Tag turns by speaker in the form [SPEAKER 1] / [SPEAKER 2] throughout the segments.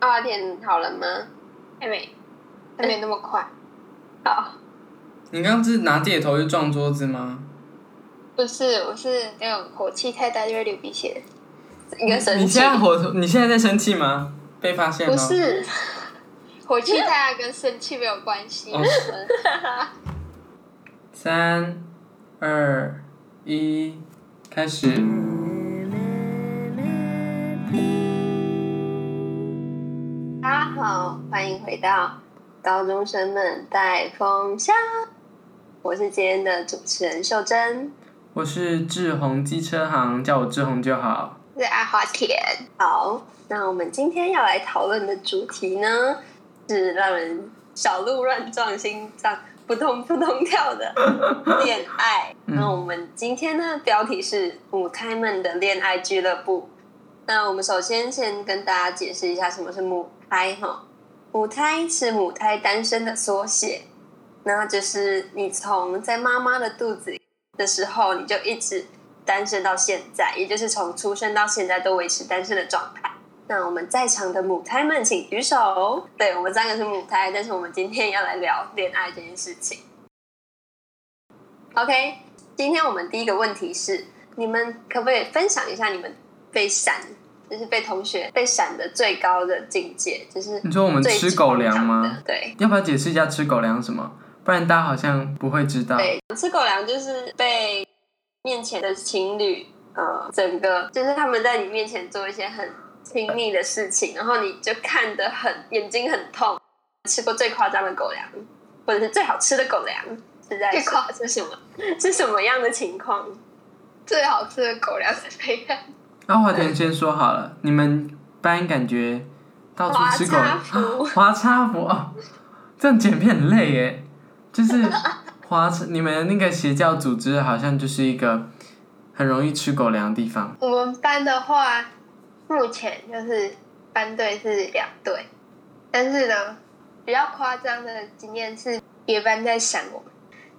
[SPEAKER 1] 奥瓦田好了吗？
[SPEAKER 2] 还没，还没那么快。
[SPEAKER 1] 好，
[SPEAKER 3] 你刚刚是拿自己的头去撞桌子吗？
[SPEAKER 2] 不是，我是那种火气太大就会流鼻血，
[SPEAKER 1] 一个生
[SPEAKER 3] 嗯你
[SPEAKER 1] 气
[SPEAKER 3] 现，在火，你现在在生气吗？被发现了？
[SPEAKER 2] 不是，火气太大跟生气没有关系。
[SPEAKER 3] 哦三、二、一，开始。
[SPEAKER 1] 大家好，欢迎回到高中生们带风向，我是今天的主持人秀珍。
[SPEAKER 3] 我是志宏机车行，叫我志宏就好。
[SPEAKER 2] 是阿华田，
[SPEAKER 1] 好，那我们今天要来讨论的主题呢，是让人小鹿乱撞、心脏扑通扑通跳的恋爱。
[SPEAKER 3] 嗯
[SPEAKER 1] 那我们今天呢，标题是“母胎们的恋爱俱乐部”。那我们首先先跟大家解释一下什么是母胎哈。母胎是母胎单身的缩写，那就是你从在妈妈的肚子的时候，你就一直单身到现在，也就是从出生到现在都维持单身的状态。那我们在场的母胎们，请举手。对我们三个是母胎，但是我们今天要来聊恋爱这件事情。OK，今天我们第一个问题是：你们可不可以分享一下你们被闪，就是被同学被闪的最高的境界？就是
[SPEAKER 3] 你说我们
[SPEAKER 1] 最
[SPEAKER 3] 吃狗粮
[SPEAKER 1] 常
[SPEAKER 3] 吗
[SPEAKER 1] 的？对，
[SPEAKER 3] 要不要解释一下吃狗粮什么？不然大家好像不会知道。
[SPEAKER 1] 对，吃狗粮就是被面前的情侣，呃，整个就是他们在你面前做一些很亲密的事情，然后你就看得很眼睛很痛。吃过最夸张的狗粮，或者是最好吃的狗粮，是在
[SPEAKER 2] 最夸
[SPEAKER 1] 是什么？是什么样的情况？
[SPEAKER 2] 最好吃的狗粮是培养。
[SPEAKER 3] 阿华田先说好了，你们班感觉到处吃狗
[SPEAKER 1] 华差福
[SPEAKER 3] 华差福哦，这样剪片很累耶。就是华差， 你们那个邪教组织好像就是一个很容易吃狗粮的地方。
[SPEAKER 2] 我们班的话，目前就是班队是两队，但是呢，比较夸张的经验是别班在闪我们，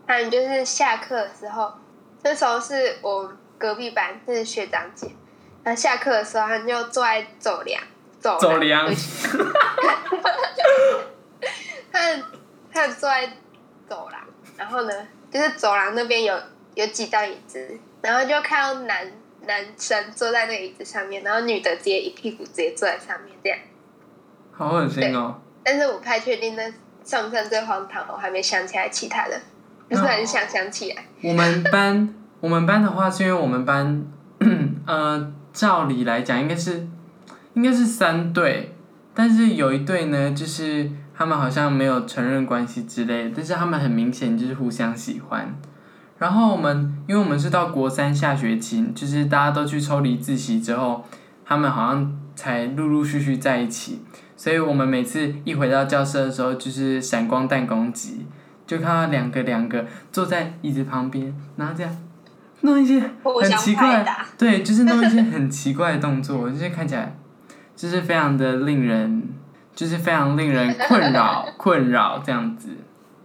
[SPEAKER 2] 他们就是下课的时候，那时候是我隔壁班是学长姐，然后下课的时候他们就坐在走廊，走
[SPEAKER 3] 走粮
[SPEAKER 2] 对，他们他们坐在走廊，然后呢，就是走廊那边有有几张椅子，然后就看到男男生坐在那个椅子上面，然后女的直接一屁股直接坐在上面这样。
[SPEAKER 3] 好恶心哦！
[SPEAKER 2] 但是我不太确定那算不算最荒唐，我还没想起来其他的，不是
[SPEAKER 3] 嗯
[SPEAKER 2] 很想想起来。
[SPEAKER 3] 我们班，我们班的话，是因为我们班， 呃，照理来讲应该是，应该是三对，但是有一对呢，就是他们好像没有承认关系之类的，但是他们很明显就是互相喜欢。然后我们，因为我们是到国三下学期，就是大家都去抽离自习之后，他们好像才陆陆续续在一起，所以我们每次一回到教室的时候，就是闪光弹攻击，就看到两个两个坐在椅子旁边，然后这样弄一些
[SPEAKER 1] 互
[SPEAKER 3] 很
[SPEAKER 1] 相
[SPEAKER 3] 奇
[SPEAKER 1] 拍
[SPEAKER 3] 怪
[SPEAKER 1] 打，
[SPEAKER 3] 对，就是弄一些很奇怪的动作，就是看起来 就是非常的令人，就是非常令人困扰困扰这样子。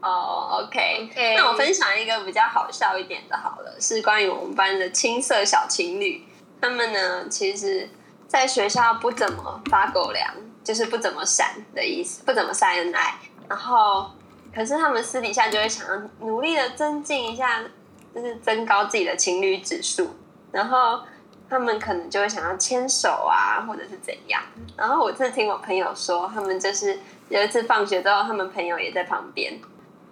[SPEAKER 1] 哦，OK、o k
[SPEAKER 2] OK
[SPEAKER 1] 那我分享一个比较好笑一点的，好了，是关于我们班的青涩小情侣。他们呢，其实在学校不怎么发狗粮，就是不怎么闪的意思，不怎么晒恩爱。然后，可是他们私底下就会想要努力的增进一下，就是增高自己的情侣指数。然后他们可能就会想要牵手啊，或者是怎样。然后我是听我朋友说，他们就是有一次放学之后，他们朋友也在旁边，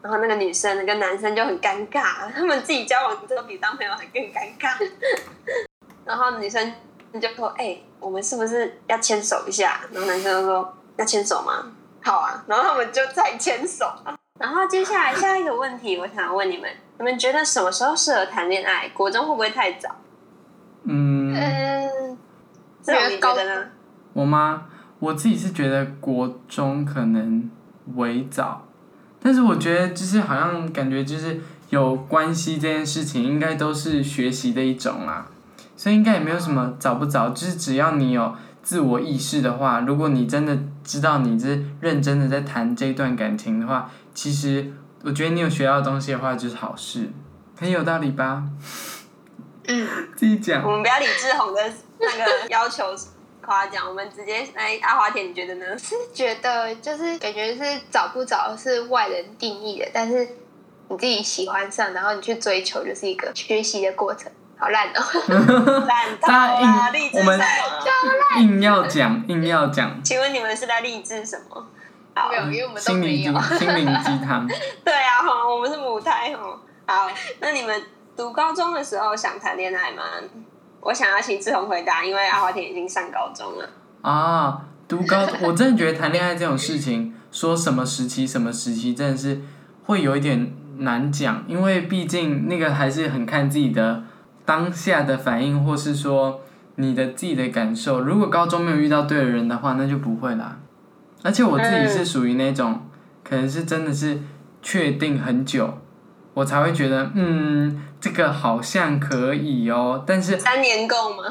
[SPEAKER 1] 然后那个女生跟男生就很尴尬，他们自己交往之后比当朋友还更尴尬。 然后女生就说：“哎、我们是不是要牵手一下？”然后男生就说：“要牵手吗？”好啊。然后他们就再牵手。然后接下来下一个问题，我想问你们：你们觉得什么时候适合谈恋爱？国中会不会太早？
[SPEAKER 3] 嗯，
[SPEAKER 2] 嗯，
[SPEAKER 1] 这种你觉得呢？
[SPEAKER 3] 我妈我自己是觉得国中可能为早，但是我觉得就是好像感觉就是有关系这件事情，应该都是学习的一种啦，所以应该也没有什么早不早，就是只要你有自我意识的话，如果你真的知道你是认真的在谈这段感情的话，其实我觉得你有学到的东西的话就是好事，很有道理吧？
[SPEAKER 2] 嗯，
[SPEAKER 3] 自己讲
[SPEAKER 1] 我。们不要李志宏的那个要求夸奖，我们直接来阿华田，你觉得呢？
[SPEAKER 2] 是觉得就是感觉是找不找是外人定义的，但是你自己喜欢上，然后你去追求，就是一个学习的过程。好烂哦！
[SPEAKER 1] 烂到
[SPEAKER 3] 大
[SPEAKER 1] 啦，
[SPEAKER 3] 家
[SPEAKER 1] 励
[SPEAKER 3] 硬
[SPEAKER 1] 志
[SPEAKER 3] 我
[SPEAKER 1] 什
[SPEAKER 3] 们
[SPEAKER 1] 么？
[SPEAKER 3] 硬要讲，硬要讲，
[SPEAKER 1] 请问你们是在励志什么？好
[SPEAKER 2] 没，有，因为我们都
[SPEAKER 3] 嗯心
[SPEAKER 2] 没
[SPEAKER 3] 灵鸡
[SPEAKER 2] 有。
[SPEAKER 3] 心灵鸡汤。
[SPEAKER 1] 对啊，哈，我们是母胎哈。好，那你们读高中的时候想谈恋爱吗？我想要请志宏回答，因为阿华田已经上高中 了。
[SPEAKER 3] 啊，读高，我真的觉得谈恋爱这种事情，说什么时期什么时期，真的是会有一点难讲，因为毕竟那个还是很看自己的当下的反应，或是说你的自己的感受。如果高中没有遇到对的人的话，那就不会啦。而且我自己是属于那种，可能是真的是确定很久，我才会觉得，嗯，这个好像可以哦，但是
[SPEAKER 1] 三年够吗？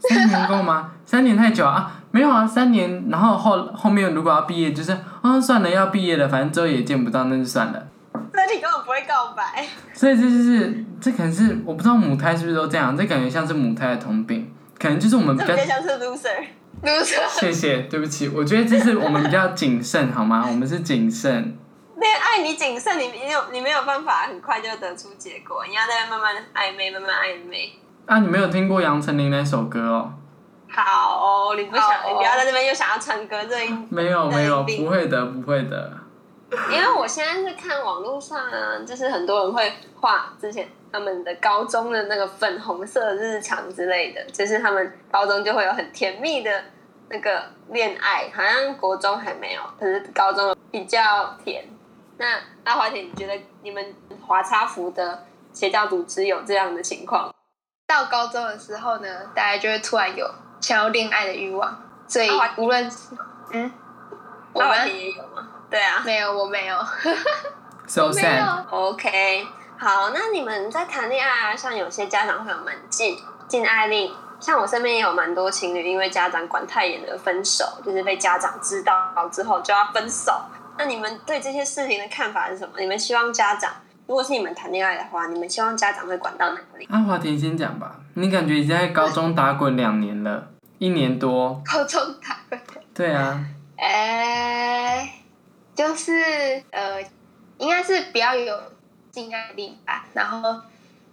[SPEAKER 3] 三年够吗？三年太久啊啊！没有啊，三年，然后后后面如果要毕业，就是哦，算了，要毕业了，反正之后也见不到，那就算了。
[SPEAKER 1] 那你根本不会告白。
[SPEAKER 3] 所以这就是，这可能是我不知道母胎是不是都这样，这感觉像是母胎的通病，可能就是我们比
[SPEAKER 1] 这
[SPEAKER 3] 较
[SPEAKER 1] 比较像是 loser。
[SPEAKER 2] loser
[SPEAKER 3] 谢谢，对不起，我觉得这是我们比较谨慎，好吗？我们是谨慎，
[SPEAKER 1] 恋爱你谨慎，你没有你没有办法很快就得出结果，你要在那慢慢暧昧，慢慢暧昧。
[SPEAKER 3] 啊，你没有听过杨丞琳那首歌哦？
[SPEAKER 1] 好哦，你不想，
[SPEAKER 2] 好哦
[SPEAKER 1] 你不要在这边又想要唱歌，这一
[SPEAKER 3] 没有，没有，
[SPEAKER 1] 对
[SPEAKER 3] 不会的，不会的。
[SPEAKER 1] 因为我现在是看网络上啊，就是很多人会画之前他们的高中的那个粉红色日常之类的，就是他们高中就会有很甜蜜的那个恋爱，好像国中还没有，可是高中比较甜。那阿华姐，你觉得你们华差福的邪教组织有这样的情况吗？
[SPEAKER 2] 到高中的时候呢，大家就会突然有想要恋爱的欲望，所以
[SPEAKER 1] 那我
[SPEAKER 2] 无论是嗯，我
[SPEAKER 1] 阿华
[SPEAKER 2] 们
[SPEAKER 1] 田也有吗？对啊。
[SPEAKER 2] 没有，我没有，
[SPEAKER 3] So
[SPEAKER 2] 没
[SPEAKER 3] sad，
[SPEAKER 2] 有，
[SPEAKER 1] OK，好，那你们在谈恋爱啊，像有些家长会有门禁、禁爱令，像我身边也有蛮多情侣，因为家长管太严而分手，就是被家长知道之后就要分手。那你们对这些事情的看法是什么？你们希望家长，如果是你们谈恋爱的话，你们希望家长会管到哪里？
[SPEAKER 3] 阿啊华田先讲吧，你感觉已经在高中打滚两年了，一年多，
[SPEAKER 2] 高中打分。
[SPEAKER 3] 对啊，
[SPEAKER 2] 哎、就是呃，应该是比较有禁爱令吧。然后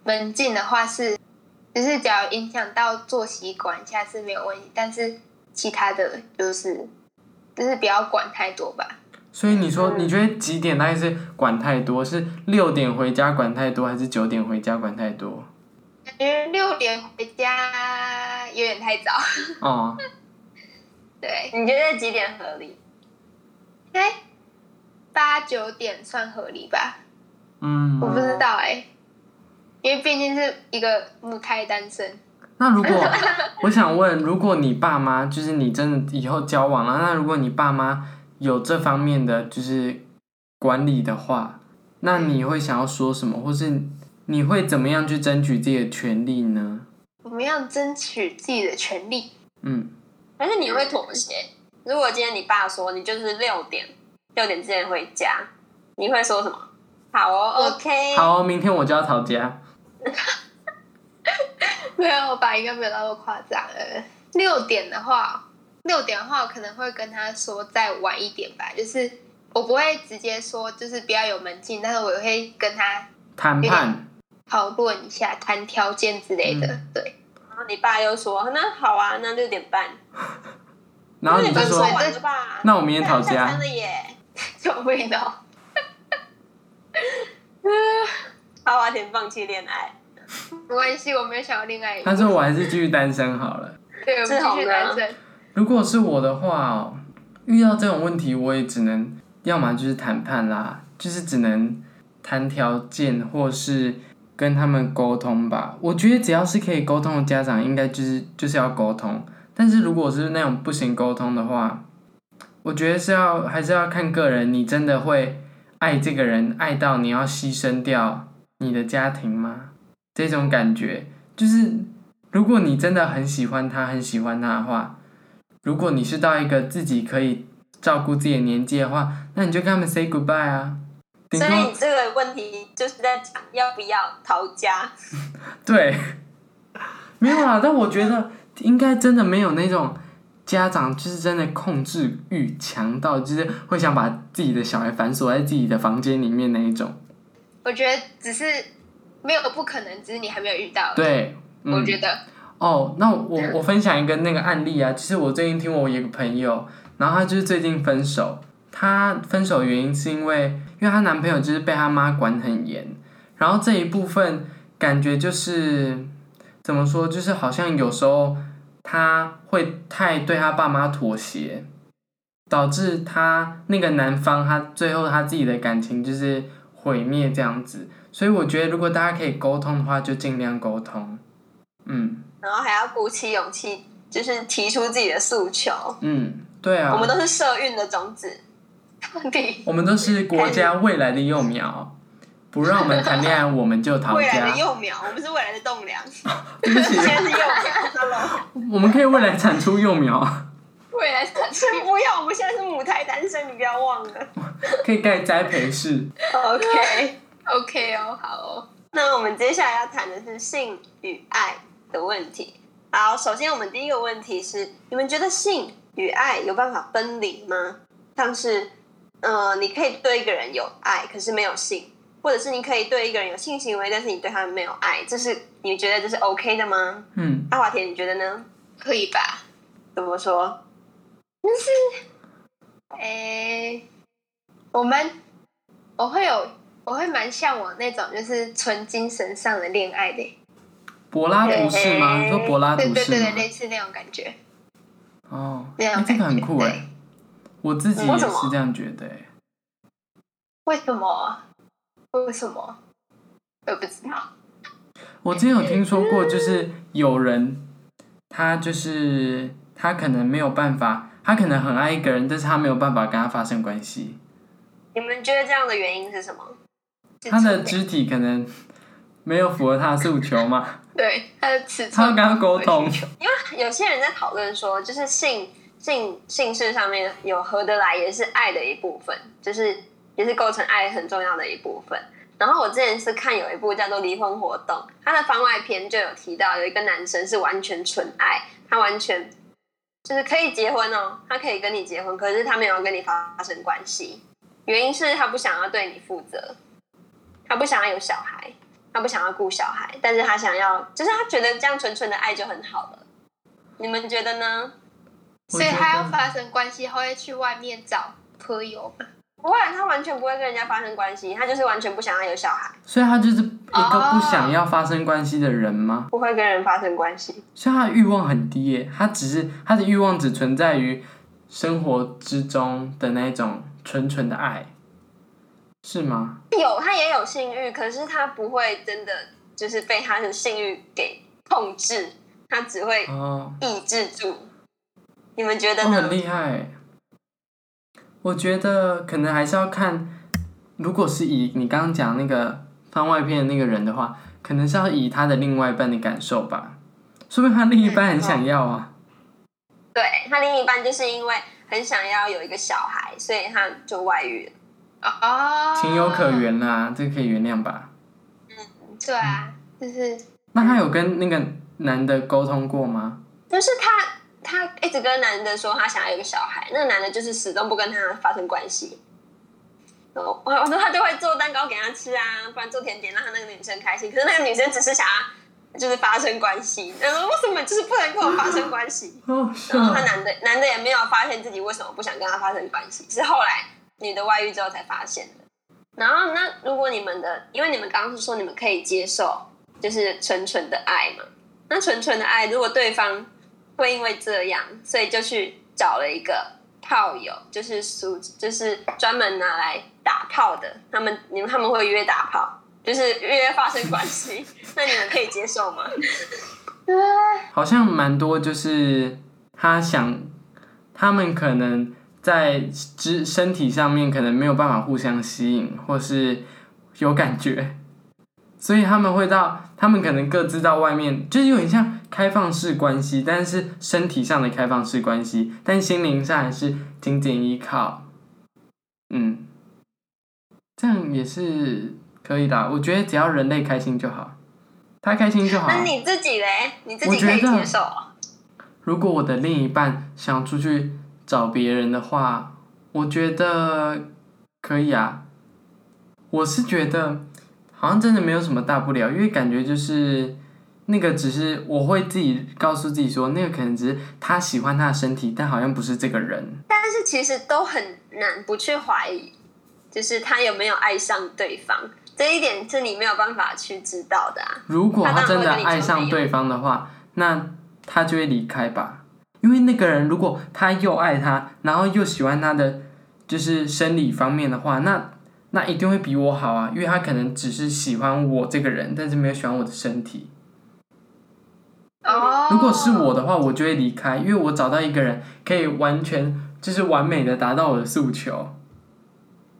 [SPEAKER 2] 门禁的话是，就是只要影响到作息管一下是没有问题，但是其他的就是就是不要管太多吧。
[SPEAKER 3] 所以你说，
[SPEAKER 1] 嗯
[SPEAKER 3] 你觉得几点大概是管太多？是六点回家管太多，还是九点回家管太多？
[SPEAKER 2] 感觉六点回家有点太早，
[SPEAKER 3] 哦，
[SPEAKER 2] 对，
[SPEAKER 1] 你觉得几点合理？
[SPEAKER 2] 应该八九点算合理吧？我
[SPEAKER 3] 嗯，
[SPEAKER 2] 不知道哎、因为毕竟是一个母胎单身。
[SPEAKER 3] 那如果我想问，如果你爸妈就是你真的以后交往了，那如果你爸妈有这方面的就是管理的话，那你会想要说什么，或是你会怎么样去争取自己的权利呢？
[SPEAKER 2] 我们要争取自己的权利。
[SPEAKER 3] 嗯，
[SPEAKER 1] 还是你会妥协？如果今天你爸说你就是六点，六点之前回家，你会说什么？好
[SPEAKER 2] 我
[SPEAKER 1] 哦，OK，
[SPEAKER 3] 好，明天我就要吵架。
[SPEAKER 2] 没有，我爸应该没有那么夸张。呃，六点的话，六点的话，我可能会跟他说再晚一点吧，就是我不会直接说就是不要有门禁，但是我会跟他
[SPEAKER 3] 谈判。
[SPEAKER 2] 讨论一下，谈条件之类的。对，
[SPEAKER 1] 然后你爸又说：“那好啊，那六点半。
[SPEAKER 3] 然后
[SPEAKER 1] 那
[SPEAKER 3] 你就说
[SPEAKER 1] 六点半晚了吧？
[SPEAKER 3] 那我明天讨
[SPEAKER 1] 太
[SPEAKER 3] 价
[SPEAKER 1] 晚了耶。
[SPEAKER 2] 有味道。
[SPEAKER 1] 阿华田啊放弃恋爱，
[SPEAKER 2] 没关系，我没有想要恋爱。
[SPEAKER 3] 他说我还是继续单身好了。
[SPEAKER 2] 对，我们继续单身。
[SPEAKER 3] 如果是我的话、哦，遇到这种问题，我也只能要么就是谈判啦，就是只能谈条件，或是跟他们沟通吧。我觉得只要是可以沟通的家长，应该就是就是要沟通。但是如果是那种不行沟通的话，我觉得是要还是要看个人，你真的会爱这个人，爱到你要牺牲掉你的家庭吗？这种感觉就是，如果你真的很喜欢他，很喜欢他的话，如果你是到一个自己可以照顾自己的年纪的话，那你就跟他们 say goodbye 啊。顶
[SPEAKER 1] 所以
[SPEAKER 3] 多
[SPEAKER 1] 你这个问题就是在讲要不要逃家。
[SPEAKER 3] 啊对，没有啦。但我觉得应该真的没有那种家长就是真的控制欲强到，就是会想把自己的小孩反锁在自己的房间里面那一种。
[SPEAKER 2] 我觉得只是没有不可能，只是你还没有遇到。，
[SPEAKER 3] 对，嗯、
[SPEAKER 2] 我觉得
[SPEAKER 3] 哦，那我我分享一个那个案例啊，其实我最近听我一个朋友，然后她就是最近分手，她分手原因是因为因为她男朋友就是被她妈管很严，然后这一部分感觉就是怎么说，就是好像有时候她会太对她爸妈妥协，导致她那个男方他最后他自己的感情就是毁灭这样子，所以我觉得如果大家可以沟通的话，就尽量沟通，嗯。
[SPEAKER 1] 然后还要鼓起勇气，就是提出自己的诉求。
[SPEAKER 3] 嗯，对啊，
[SPEAKER 1] 我们都是社运的种子，到底
[SPEAKER 3] 我们都是国家未来的幼苗，不让我们谈恋爱，我们就逃
[SPEAKER 1] 未来
[SPEAKER 3] 家
[SPEAKER 1] 的。幼苗，我们是未来的栋 梁，
[SPEAKER 3] 对不起
[SPEAKER 1] 现，在是幼苗，hello，
[SPEAKER 3] 我们可以未来产出幼苗，
[SPEAKER 1] 未来产生 不要，我们现在是母胎单身，你不要忘了。
[SPEAKER 3] 可以盖栽培室。
[SPEAKER 1] OK，
[SPEAKER 2] OK 哦，好哦，
[SPEAKER 1] 那我们接下来要谈的是性与爱的问题。好，首先我们第一个问题是：你们觉得性与爱有办法分离吗？像是，呃，你可以对一个人有爱，可是没有性，或者是你可以对一个人有性行为，但是你对他没有爱，这是你觉得这是 OK 的吗？
[SPEAKER 3] 嗯，
[SPEAKER 1] 阿华田，你觉得呢？
[SPEAKER 2] 可以吧？
[SPEAKER 1] 怎么说？
[SPEAKER 2] 诶、我们我会有，我会蛮向往那种就是纯精神上的恋爱的，
[SPEAKER 3] 柏拉图式吗？你说柏拉图
[SPEAKER 2] 对对对
[SPEAKER 3] 式
[SPEAKER 2] 对，
[SPEAKER 3] 吗？
[SPEAKER 2] 类似那种感觉。
[SPEAKER 3] 哦，
[SPEAKER 2] 那样
[SPEAKER 3] 哎这个很
[SPEAKER 2] 感觉
[SPEAKER 3] 酷
[SPEAKER 2] 对
[SPEAKER 3] 哎，我自己
[SPEAKER 1] 为
[SPEAKER 3] 也
[SPEAKER 1] 什么
[SPEAKER 3] 是这样觉得哎。
[SPEAKER 2] 为什么？为什么？我也不知道。
[SPEAKER 3] 我之前有听说过，就是有人他就是他可能没有办法，他可能很爱一个人，但是他没有办法跟他发生关系。
[SPEAKER 1] 你们觉得这样的原因是什么？
[SPEAKER 2] 是
[SPEAKER 3] 他的
[SPEAKER 2] 纯
[SPEAKER 3] 肢体可能没有符合他的诉求嘛，
[SPEAKER 2] 对他的尺寸，
[SPEAKER 3] 他要跟他沟通。
[SPEAKER 1] 因为有些人在讨论说，就是性性性事上面有合得来，也是爱的一部分，就是也是构成爱很重要的一部分。然后我之前是看有一部叫做《离婚活动》，它的番外篇就有提到，有一个男生是完全纯爱，他完全就是可以结婚哦，他可以跟你结婚，可是他没有跟你发生关系，原因是他不想要对你负责，他不想要有小孩，他不想要顾小孩，但是他想要，就是他觉得这样纯纯的爱就很好了。你们觉得呢？
[SPEAKER 3] 我
[SPEAKER 2] 所以
[SPEAKER 3] 觉
[SPEAKER 2] 他要
[SPEAKER 3] 得
[SPEAKER 2] 发生关系，他会去外面找朋友嘛？
[SPEAKER 1] 不会，啊他完全不会跟人家发生关系，他就是完全不想要有小孩，
[SPEAKER 3] 所以他就是一个不想要发生关系的人吗？
[SPEAKER 1] 不会跟人发生关系。
[SPEAKER 3] 所以他的欲望很低耶，他只是他的欲望只存在于生活之中的那一种纯纯的爱，是吗？
[SPEAKER 1] 有，他也有性欲，可是他不会真的就是被他的性欲给控制，他只会
[SPEAKER 3] 哦，
[SPEAKER 1] 抑制住。你们觉得
[SPEAKER 3] 哦、很
[SPEAKER 1] 呢？
[SPEAKER 3] 厉害。我觉得可能还是要看，如果是以你刚刚讲那个番外篇的那个人的话，可能是要以他的另外一半的感受吧，说不定他另一半很想要啊。
[SPEAKER 1] 对他另一半就是因为很想要有一个小孩，所以他就外遇了。
[SPEAKER 2] 哦，
[SPEAKER 3] 情有可。原啦，这个可以原谅吧？
[SPEAKER 2] 对啊，就是
[SPEAKER 3] 那他有跟那个男的沟通过吗？
[SPEAKER 1] 就是他，他一直跟男的说他想要有个小孩，那个男的就是始终不跟他发生关系。然后我我说他就会做蛋糕给他吃啊，不然做甜点让他那个女生开心。可是那个女生只是想要就是发生关系，然后为什么就是不能跟我发生关系？
[SPEAKER 3] 哦，
[SPEAKER 1] 然后他男的男的也没有发现自己为什么不想跟他发生关系，是后来女的外遇之后才发现的。然后那如果你们的，因为你们刚刚是说你们可以接受就是纯纯的爱嘛，那纯纯的爱如果对方会因为这样，所以就去找了一个炮友，就是俗就是专门拿来打炮的，他们你们他们会约打炮，就是约发生关系，那你们可以接受吗？
[SPEAKER 3] 好像蛮多，就是他想，他们可能在肢身体上面可能没有办法互相吸引，或是有感觉，所以他们会到，他们可能各自到外面，就是有点像开放式关系，但是身体上的开放式关系，但心灵上还是紧紧依靠。嗯，这样也是可以的，我觉得只要人类开心就好，他开心就好。
[SPEAKER 1] 那你自己嘞，你自己
[SPEAKER 3] 我觉
[SPEAKER 1] 可以
[SPEAKER 3] 得
[SPEAKER 1] 接受哦
[SPEAKER 3] 如果我的另一半想出去找别人的话，我觉得可以啊。我是觉得好像真的没有什么大不了，因为感觉就是那个只是我会自己告诉自己说，那个可能只是他喜欢他的身体，但好像不是这个人。
[SPEAKER 1] 但是其实都很难不去怀疑，就是他有没有爱上对方，这一点是你没有办法去知道的啊。
[SPEAKER 3] 如果他
[SPEAKER 1] 他当
[SPEAKER 3] 真
[SPEAKER 1] 然
[SPEAKER 3] 的
[SPEAKER 1] 会跟你
[SPEAKER 3] 爱上
[SPEAKER 1] 交朋友
[SPEAKER 3] 对方的话，那他就会离开吧。因为那个人如果他又爱他，然后又喜欢他的就是生理方面的话，那那一定会比我好啊，因为他可能只是喜欢我这个人，但是没有喜欢我的身体。
[SPEAKER 2] 哦，
[SPEAKER 3] 如果是我的话，我就会离开，因为我找到一个人可以完全就是完美的达到我的诉求，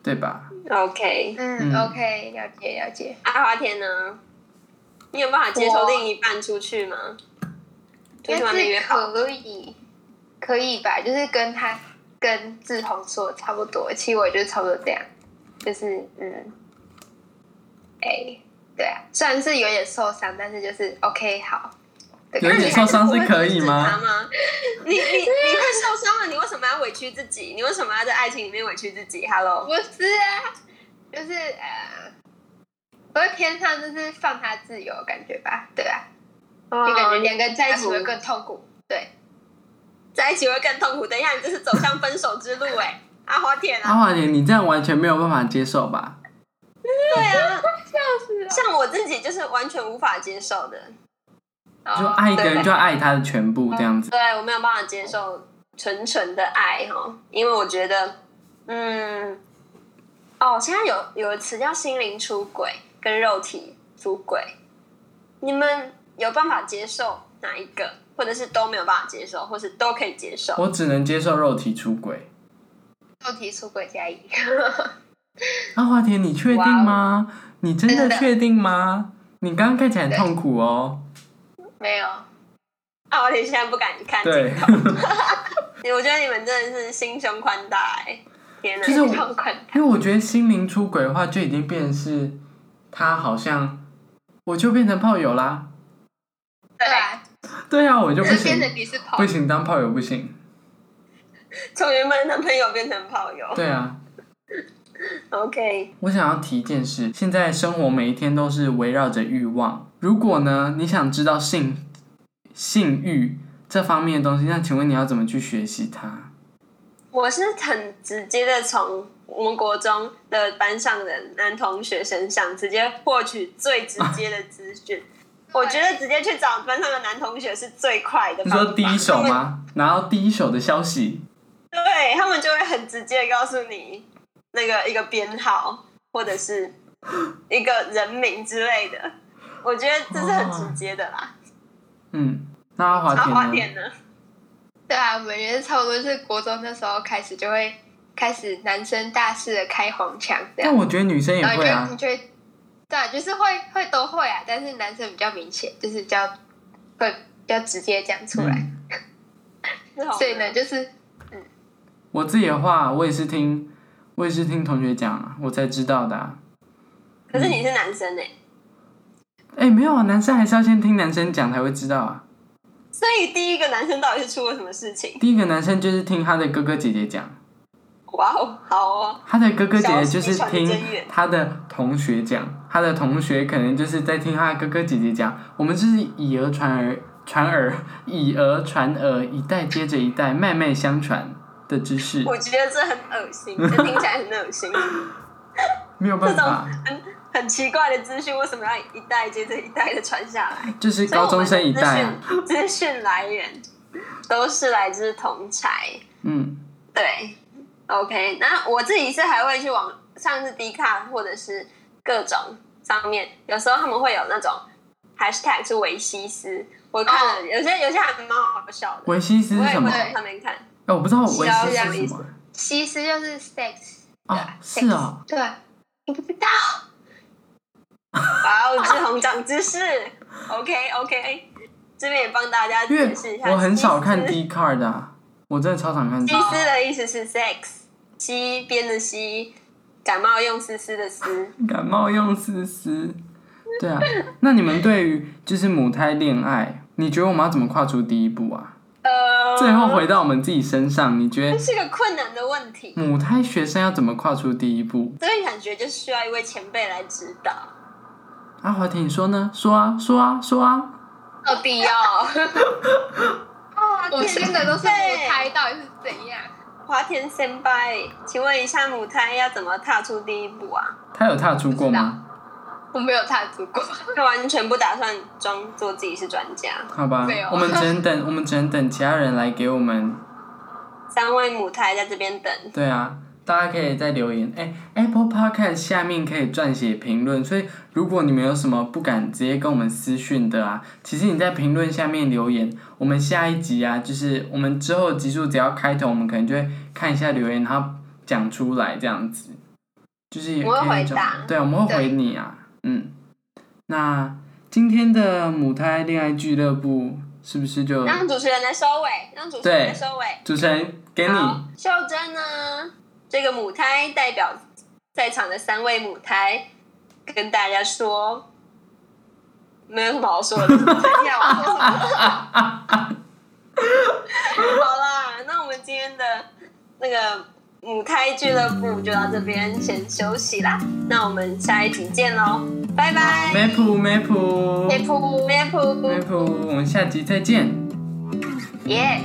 [SPEAKER 3] 对吧？
[SPEAKER 1] OK，
[SPEAKER 2] 嗯
[SPEAKER 3] 嗯
[SPEAKER 2] o k 了解了解。
[SPEAKER 1] 阿华田呢？你有办法接受
[SPEAKER 2] 我
[SPEAKER 1] 另一半出去吗？出
[SPEAKER 2] 应
[SPEAKER 1] 去
[SPEAKER 2] 该
[SPEAKER 1] 外面约
[SPEAKER 2] 是
[SPEAKER 1] 炮？
[SPEAKER 2] 可以，可以吧？就是跟他跟志鹏说的差不多，其实我就差不多这样，就是嗯，哎、对啊，虽然是有点受伤，但是就是 OK 好。对
[SPEAKER 3] 有一点受伤是可以
[SPEAKER 1] 他
[SPEAKER 3] 吗？
[SPEAKER 1] 吗？ 你你你会受伤了，你为什么要委屈自己？你为什么要在爱情里面委屈自己？Hello，
[SPEAKER 2] 不是啊，就是呃，我会偏向就是放他自由的感觉吧，对吧、啊？就感觉两个人在一起会更痛苦，对。
[SPEAKER 1] 在一起会更痛苦。等一下，你这是走向分手之路哎、阿华田
[SPEAKER 3] 阿
[SPEAKER 1] 啊，
[SPEAKER 3] 华姐，你这样完全没有办法接受吧？
[SPEAKER 1] 对啊，
[SPEAKER 2] 笑死了！
[SPEAKER 1] 像我自己就是完全无法接受的，
[SPEAKER 3] 就爱一个人
[SPEAKER 1] 哦对嗯
[SPEAKER 3] 就要爱他的全部这样子。
[SPEAKER 1] 对我没有办法接受纯纯的爱哈，因为我觉得，嗯，哦，现在有有个词叫心灵出轨跟肉体出轨，你们有办法接受哪一个，或者是都没有办法接受，或是都可以接受？
[SPEAKER 3] 我只能接受肉体出轨。
[SPEAKER 2] 肉体出轨加一。
[SPEAKER 3] 阿华田，你确定吗？你哦真的
[SPEAKER 2] 真的
[SPEAKER 3] 确定吗？你刚刚看起来很痛苦哦。
[SPEAKER 2] 没有，
[SPEAKER 1] 啊，我现在不敢看镜
[SPEAKER 3] 对，
[SPEAKER 1] 头， 我觉得你们真的是心胸宽大哎、天哪！
[SPEAKER 3] 就是我
[SPEAKER 2] 痛快。
[SPEAKER 3] 因为我觉得心灵出轨的话，就已经变成是他好像我就变成炮友啦。
[SPEAKER 2] 对
[SPEAKER 1] 对，
[SPEAKER 2] 啊，
[SPEAKER 3] 对啊，我就不
[SPEAKER 2] 就是变
[SPEAKER 3] 行，
[SPEAKER 2] 成你是跑
[SPEAKER 3] 不行，当炮友不行。
[SPEAKER 1] 从原本男朋友变成炮友。
[SPEAKER 3] 对啊，
[SPEAKER 1] OK，
[SPEAKER 3] 我想要提一件事，现在生活每一天都是围绕着欲望。如果呢，你想知道性性欲这方面的东西，那请问你要怎么去学习它？
[SPEAKER 1] 我是很直接的从我们国中的班上的男同学身上直接获取最直接的资 讯。我觉得直接去找班上的男同学是最快的
[SPEAKER 3] 你
[SPEAKER 1] 方法。
[SPEAKER 3] 说第一手
[SPEAKER 1] 他们？
[SPEAKER 3] 吗？拿到第一手的消息，
[SPEAKER 1] 对他们就会很直接地告诉你那个一个编号或者是一个人名之类的。我觉得这是很直接的啦。
[SPEAKER 3] 嗯，那阿华
[SPEAKER 1] 然后花
[SPEAKER 3] 田
[SPEAKER 1] 店
[SPEAKER 3] 呢？
[SPEAKER 1] 呢？
[SPEAKER 2] 对啊，我们也是差不多是国中那时候开始就会开始男生大肆的开黄腔这
[SPEAKER 3] 但
[SPEAKER 2] 样，
[SPEAKER 3] 我觉得女生也
[SPEAKER 2] 然后
[SPEAKER 3] 会
[SPEAKER 2] 你就
[SPEAKER 3] 啊
[SPEAKER 2] 你，就会对啊，就是会会都会啊，但是男生比较明显，就是比较会比较直接讲出来，
[SPEAKER 3] 嗯。
[SPEAKER 2] 所以呢，就是
[SPEAKER 3] 我自己的话，我也是听，我也是听同学讲啊，我才知道的、啊。
[SPEAKER 2] 嗯
[SPEAKER 1] 可是你是男生哎、
[SPEAKER 3] 哎、没有啊，男生还是要先听男生讲才会知道啊。
[SPEAKER 1] 所以第一个男生到底是出了什么事情？
[SPEAKER 3] 第一个男生就是听他的哥哥姐姐讲，
[SPEAKER 1] 哇哦，好哦，
[SPEAKER 3] 他的哥哥姐姐就
[SPEAKER 1] 消
[SPEAKER 3] 是
[SPEAKER 1] 息传得
[SPEAKER 3] 听
[SPEAKER 1] 真远
[SPEAKER 3] 他的同学讲，他的同学可能就是在听他的哥哥姐姐讲，我们就是以讹传讹，传讹 以讹传讹，一代接着一代，脉脉相传的知 识，
[SPEAKER 1] 我觉得这很恶 心，这听起来很恶心，
[SPEAKER 3] 没有
[SPEAKER 1] 这
[SPEAKER 3] 办
[SPEAKER 1] 种
[SPEAKER 3] 法，
[SPEAKER 1] 很很奇怪的资讯为什么要一代接着一代的传下来？
[SPEAKER 3] 就是高中生一代啊，
[SPEAKER 1] 所以我们的资讯资讯来源都是来自同才，
[SPEAKER 3] 嗯，
[SPEAKER 1] 对，OK。那我自己是还会去网上是 D 卡或者是各种上面，有时候他们会有那种 hashtag 是维西斯，我看了、有些有些还蛮好笑的，
[SPEAKER 3] 哦维西斯是
[SPEAKER 1] 我也
[SPEAKER 3] 什么？
[SPEAKER 1] 会
[SPEAKER 3] 哎、
[SPEAKER 1] 在上面看。
[SPEAKER 3] 我不知道维西
[SPEAKER 1] 西
[SPEAKER 3] 斯
[SPEAKER 1] 啊
[SPEAKER 3] 是什么。
[SPEAKER 2] 其实就是 sex，
[SPEAKER 3] 啊，是哦，
[SPEAKER 2] 对啊，你不知道，
[SPEAKER 1] 哇哦，志宏长知识，OK OK，这边也帮大家
[SPEAKER 3] 因为
[SPEAKER 1] 解释一下。
[SPEAKER 3] 我很少看
[SPEAKER 1] 西
[SPEAKER 3] D card 的啊、我真的超常看 D
[SPEAKER 1] 斯。西斯的意思是 sex，西边的西，感冒用丝丝的丝。
[SPEAKER 3] 感冒用丝丝。对啊，那你们对于就是母胎恋爱，你觉得我们要怎么跨出第一步啊？
[SPEAKER 1] 呃，
[SPEAKER 3] 最后回到我们自己身上，你觉
[SPEAKER 1] 这
[SPEAKER 3] 得
[SPEAKER 1] 是个困难的问题，
[SPEAKER 3] 母胎学生要怎么跨出第一步？
[SPEAKER 1] 所以感觉就是需要一位前辈来指导。
[SPEAKER 3] 阿华田，你说呢？说啊，说啊，说啊！
[SPEAKER 1] 有必要。
[SPEAKER 2] 我们听哦的都是母胎，到底是怎样？
[SPEAKER 1] 华田先拜，请问一下，母胎要怎么踏出第一步啊？
[SPEAKER 3] 他有踏出过
[SPEAKER 2] 不
[SPEAKER 3] 吗？
[SPEAKER 2] 我没有踏足过，
[SPEAKER 1] 他完全不打算装作自己是专家。
[SPEAKER 3] 好吧
[SPEAKER 2] 没有，
[SPEAKER 3] 我们只能等，我们只能等其他人来给我们。
[SPEAKER 1] 三位母胎在这边等，
[SPEAKER 3] 对啊，大家可以再留言。哎、a p p l e Podcast 下面可以撰写评论，所以如果你们有什么不敢直接跟我们私讯的啊，其实你在评论下面留言，我们下一集啊，就是我们之后集数只要开头，我们可能就会看一下留言，然后讲出来这样子。就是也
[SPEAKER 1] 我会
[SPEAKER 3] 可以
[SPEAKER 1] 回
[SPEAKER 3] 这种
[SPEAKER 1] 答
[SPEAKER 3] 对，我们会
[SPEAKER 2] 对
[SPEAKER 3] 回你啊。嗯，那今天的母胎恋爱俱乐部是不是就
[SPEAKER 1] 让主持人来收尾，让主持人来收尾。
[SPEAKER 3] 主持人给你？
[SPEAKER 1] 好，秀珍呢？这个母胎代表在场的三位母胎，跟大家说，没有什么好说的。等一 下，我说什么？好啦，那我们今天的那个母胎俱乐部就到这边先休息啦。那我们下一集见喽，拜拜。
[SPEAKER 3] 梅普梅普
[SPEAKER 2] 没铺，
[SPEAKER 1] 梅普
[SPEAKER 3] 梅普，我们下集再见。
[SPEAKER 2] 耶。